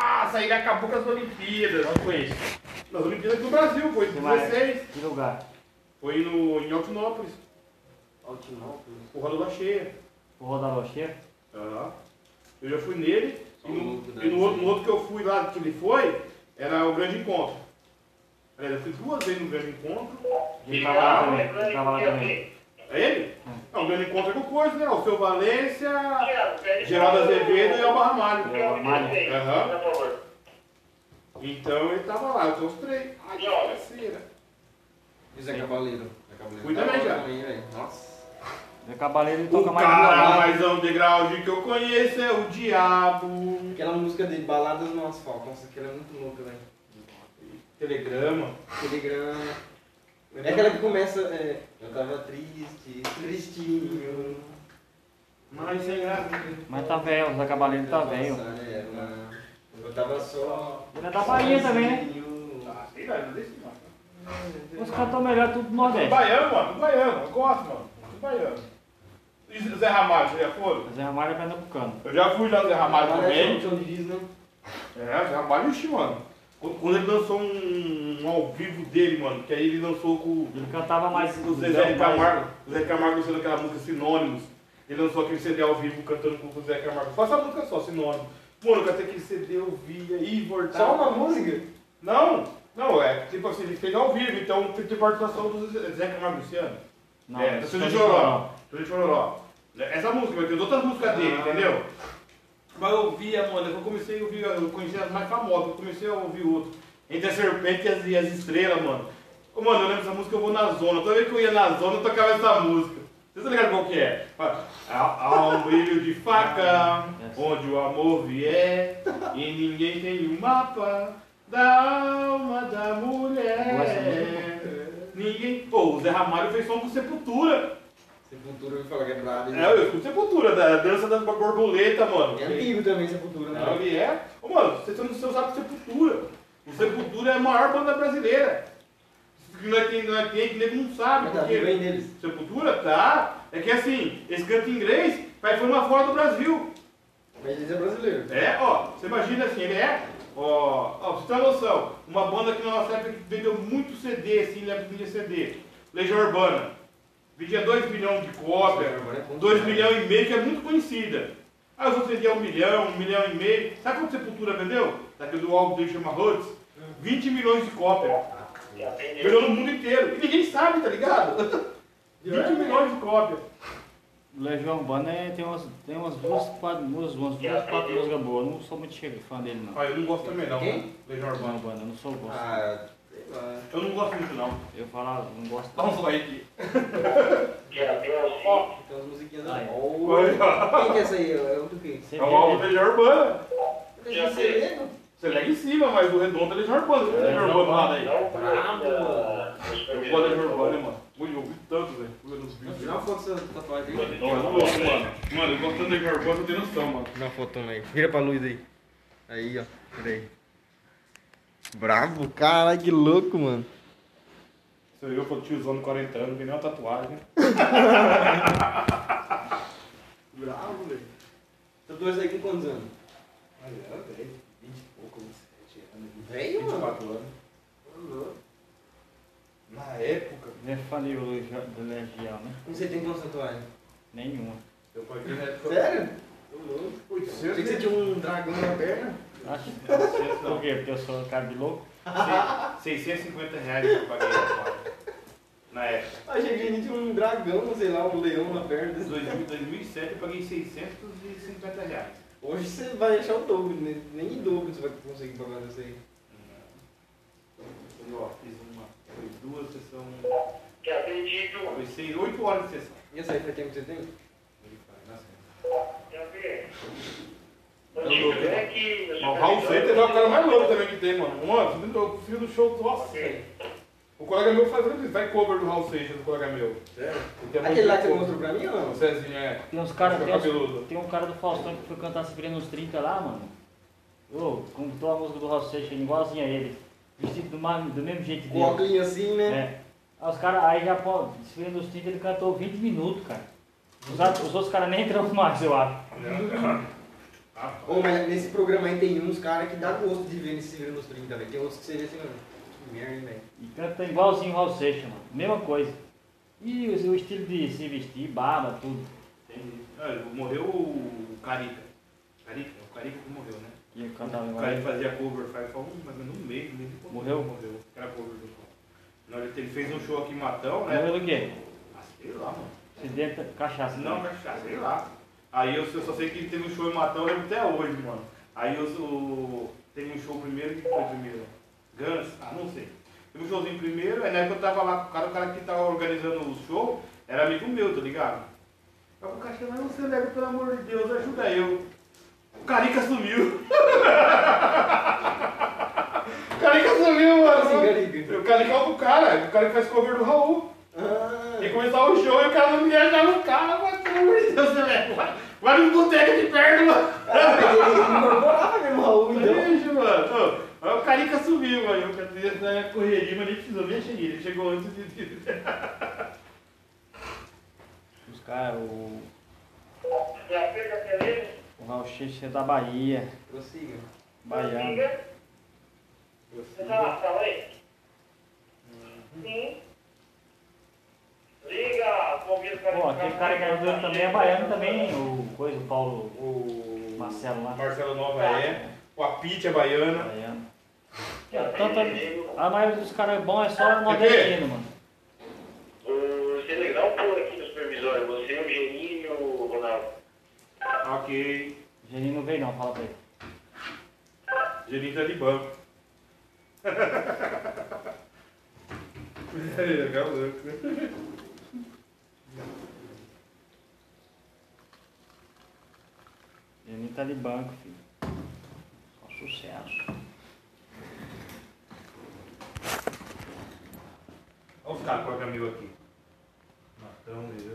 taça, ele Ah, acabou com as Olimpíadas. Onde foi isso? Nas Olimpíadas do Brasil, foi em é. Demais. 16. Que lugar? Foi no, em Altinópolis, Altinópolis. o Roda Cheia. Porra da Locheira? Aham. Eu já fui nele, Só e, no, louco, né? e no outro, no outro que eu fui lá que ele foi, era o Grande Encontro. Aliás, eu fui duas vezes no Grande Encontro. Ele tava lá também. Ele tava lá também. É ele? Não, o Grande Encontro é com coisa, né? O seu Valência, Geraldo Geraldo Azevedo e o Barramário. É o Armário. Aham. Então ele tava lá, eu mostrei. Ai, que parceira. E Zé Cavaleiro. Zé Cavaleiro. Fui também já. Também, velho. Nossa. Zé Cabaleiro ele O toca mais um cara violão. mais underground que eu conheço é o Diabo. Aquela música dele, Baladas no Asfalto. Nossa, aquela é muito louca, velho. Telegrama. Telegrama. É aquela que começa, é, eu tava triste, tristinho. Mas é grave. Mas tá velho, o Zé Cabaleiro tá velho. Passarela, Eu tava só. Ele é da Bahia também, né? né? Ah, sei lá, não deixa não. Os caras tão melhor tudo do Nordeste. Baiano, mano. Baiano. Eu gosto, mano. Baiano. E Zé Ramalho, vocês já foram? Zé Ramalho é pernambucano. Eu já fui lá no Zé Ramalho também. Show de giz, né? É, Zé Ramalho enchi, mano. Quando quando ele lançou um, um ao vivo dele, mano, que aí ele lançou com Ele cantava mais. o Zé Camargo. O Zé Camargo lançou aquela música Sinônimos. Ele lançou aquele CD ao vivo cantando com o Zé Camargo. Só essa música só, Sinônimos. Mano, eu cantei aquele CD, eu via, e voltava. Tá. Só uma música? Não, não, é tipo assim, ele fez ao vivo, então tem participação do Zé Zé Camargo Luciano. Não, é, isso Torcida de é Choró. Chororó. Torcida de Chororó. né, Essa música, mas tem outras músicas dele, entendeu? Ah. Mas eu via, mano, eu comecei a ouvir, eu conheci as mais famosas, eu comecei a ouvir outro. Entre as serpentes e as, e as estrelas, mano. Ô, mano, eu lembro dessa música, eu vou na zona. Toda vez que eu ia na zona, eu tocava essa música. Vocês estão ligados qual que é? Fala, Há, há um brilho de faca, onde o amor vier, e ninguém tem o mapa da alma da mulher. Nossa, muito Ninguém. Pô, o Zé Ramalho fez som com Sepultura. Sepultura me fala que é brabo. É, eu escuto Sepultura, da dança das borboleta, mano. É antigo também, Sepultura, Não, né? ele é. Ô, mano, vocês não são sabe Sepultura. O Sepultura é a maior banda brasileira. Que não é quem não é quem, que nego não sabe. Mas tá porque- tudo bem deles. Sepultura? Tá. É que assim, esse canto em inglês vai formar fora do Brasil. Mas eles é brasileiro. É, ó, você imagina assim, ele é. Ó, ó, pra você ter uma noção, uma banda que na nossa época que vendeu muito CD, assim, leva de CD. Legião Urbana. Vendia 2 milhões de cópias. Legião Urbana é bom 2 demais. milhões Um e meio, que é muito conhecida. Aí os outros vendiam 1 milhão, 1 milhão e meio. Sabe quanto Sepultura vendeu? Daquele do álbum dele chama Roots? 20 milhões de cópias. Vendeu no mundo inteiro. E ninguém sabe, tá ligado? 20 milhões de cópias. Legião Urbana é, tem, umas, tem umas duas, quatro, umas, umas duas, quatro músicas boas. Eu não sou muito cheio, fã dele, não. Ah, eu não gosto também não. Quem? né? Legião Legião Urbana. Urbana, eu não sou gosto. Ah, sei lá. Eu não gosto muito não. Eu falava, não gosto. Dá um zoom aí aqui. Tem umas musiquinhas Ah, da é. bola. Quem que é essa aí? É o do quê? Você É o álbum da vê, né? Legião Urbana. Já Você sei. lembra? Você lega em cima, mas o redondo é Legião Urbana. Você é Legião Urbana lá daí. Eu gosto da Legião Urbana, hein, mano. Ui, eu vi tanto, velho. Ui, eu não vi. Não, Tira uma foto dessa tatuagem aí. Não, eu não gosto, mano. Mano, eu gosto tanto da Legião Urbana, não tem noção, mano. Dá uma fotona aí. Vira pra luz aí. Aí, ó. Peraí. Bravo, caralho, que louco, mano. Você viu que eu tiozão de 40 anos, não tem nem uma tatuagem. Bravo, velho. Tatuagem aí com quantos anos? Mas era velho. 20 e pouco, 27 anos. Velho, mano. anos. Na época, já falei o é Legião, do Legião, né? Você tem quantas tatuagens? Nenhuma. eu é, paguei na época... Sério? Achei 800 que você tinha um dragão na perna. Acho que não. Por quê? Porque eu sou cabeludo? Se- 650 reais que eu paguei na época. Na época. Achei que a gente tinha um dragão, sei lá, um leão na Em perna. 2000, 2007 eu paguei 650 reais. Hoje você vai achar o dobro, né? Nem o dobro você vai conseguir pagar isso aí. Eu ó, fiz uma, foi duas sessões, foi seis, oito horas de sessão. E essa aí foi tempo que você tem? Ele faz, nossa. Mas O Raul Seixas é o cara mais louco também que tem, mano. Mano, eu fiz no show do Nossa. O colega meu fazendo isso, vai cover do Raul Seixas, do colega meu. Ele tem a mão Aquele lá que de você coco. mostrou pra mim ou O não? Cezinho é. Tem uns caras, Fica tem, uns- cabeludo. tem um cara do Faustão que foi cantar se virando nos 30 lá, mano. Ô, cantou a música do Ross Seixas igualzinho a ele. Vestido do, ma- do mesmo jeito Com dele. o óculinho assim, né? É. Aí os caras, aí já, pô, desfilando os 30, ele cantou 20 minutos, cara. Os, a- os outros caras nem entram mais, eu acho. Ah, Ô, mas nesse programa aí tem uns caras que dá gosto de ver nesse vídeo nos 30, velho. Tem outros que você vê assim, mano. Que merda, hein, velho. E canta igualzinho o Raul Seixas, mano. Mesma coisa. E o, o estilo de se vestir, barba, tudo. entendi. Ah, morreu o Carica. Carica? É o Carica que morreu, né? Que cantava O igual. cara ele fazia cover, faz um, mas no meio, no meio do é. Morreu? Morreu. Era cover do Paulo. Na hora que ele fez um show aqui em Matão, né? Morreu do quê? Ah, sei lá, mano. Acidente, cachaça. Não, mas ah, sei lá. Aí eu, eu só sei que teve um show em Matão, eu lembro até hoje, mano. Aí eu sou- teve um show primeiro, que foi primeiro? Guns? Ah, não sei. Teve um showzinho primeiro, aí na época eu tava lá com o cara, o cara que tava organizando o show era amigo meu, tá ligado? Eu falei, Caixa, mas você leva, pelo amor de Deus, ajuda eu. O Carica sumiu. o Carica sumiu, mano. Como assim, Carica? O Carica é o cara, o cara que faz cover do Raul. E Ah, começar o show e o cara não me ajudar no cara, mas pelo amor de Deus, né? Vai- Vai no boteco de perto, mano. ah, meu Raul, então. Beijo, mano. Ô, Aí o Carica sumiu, mano. Eu quero na correria, mas nem precisou nem cheguei. Ele chegou antes de. de- Os caras, o. O Raul Seixas é da Bahia. Prossiga. Baiano. Você tá na sala aí? Sim. Liga, convido o cara Pô, aquele cara que ajudou ele também é baiano também, o coisa, o Paulo O. Marcelo lá. Marcelo Nova é. O Apite é baiana. Baiano. É, tanto a, a maioria dos caras bons é só o nordestino, mano. O Cedric, dá um pulo aqui no supervisório. Você, o Geninho e o Ronaldo. Ok. O Geninho não veio não, fala pra ele. Geninho tá de banco. Ele é louco, né? O Geninho tá de banco, filho. Só sucesso. Olha os caras com a Camila aqui. Matão, eu.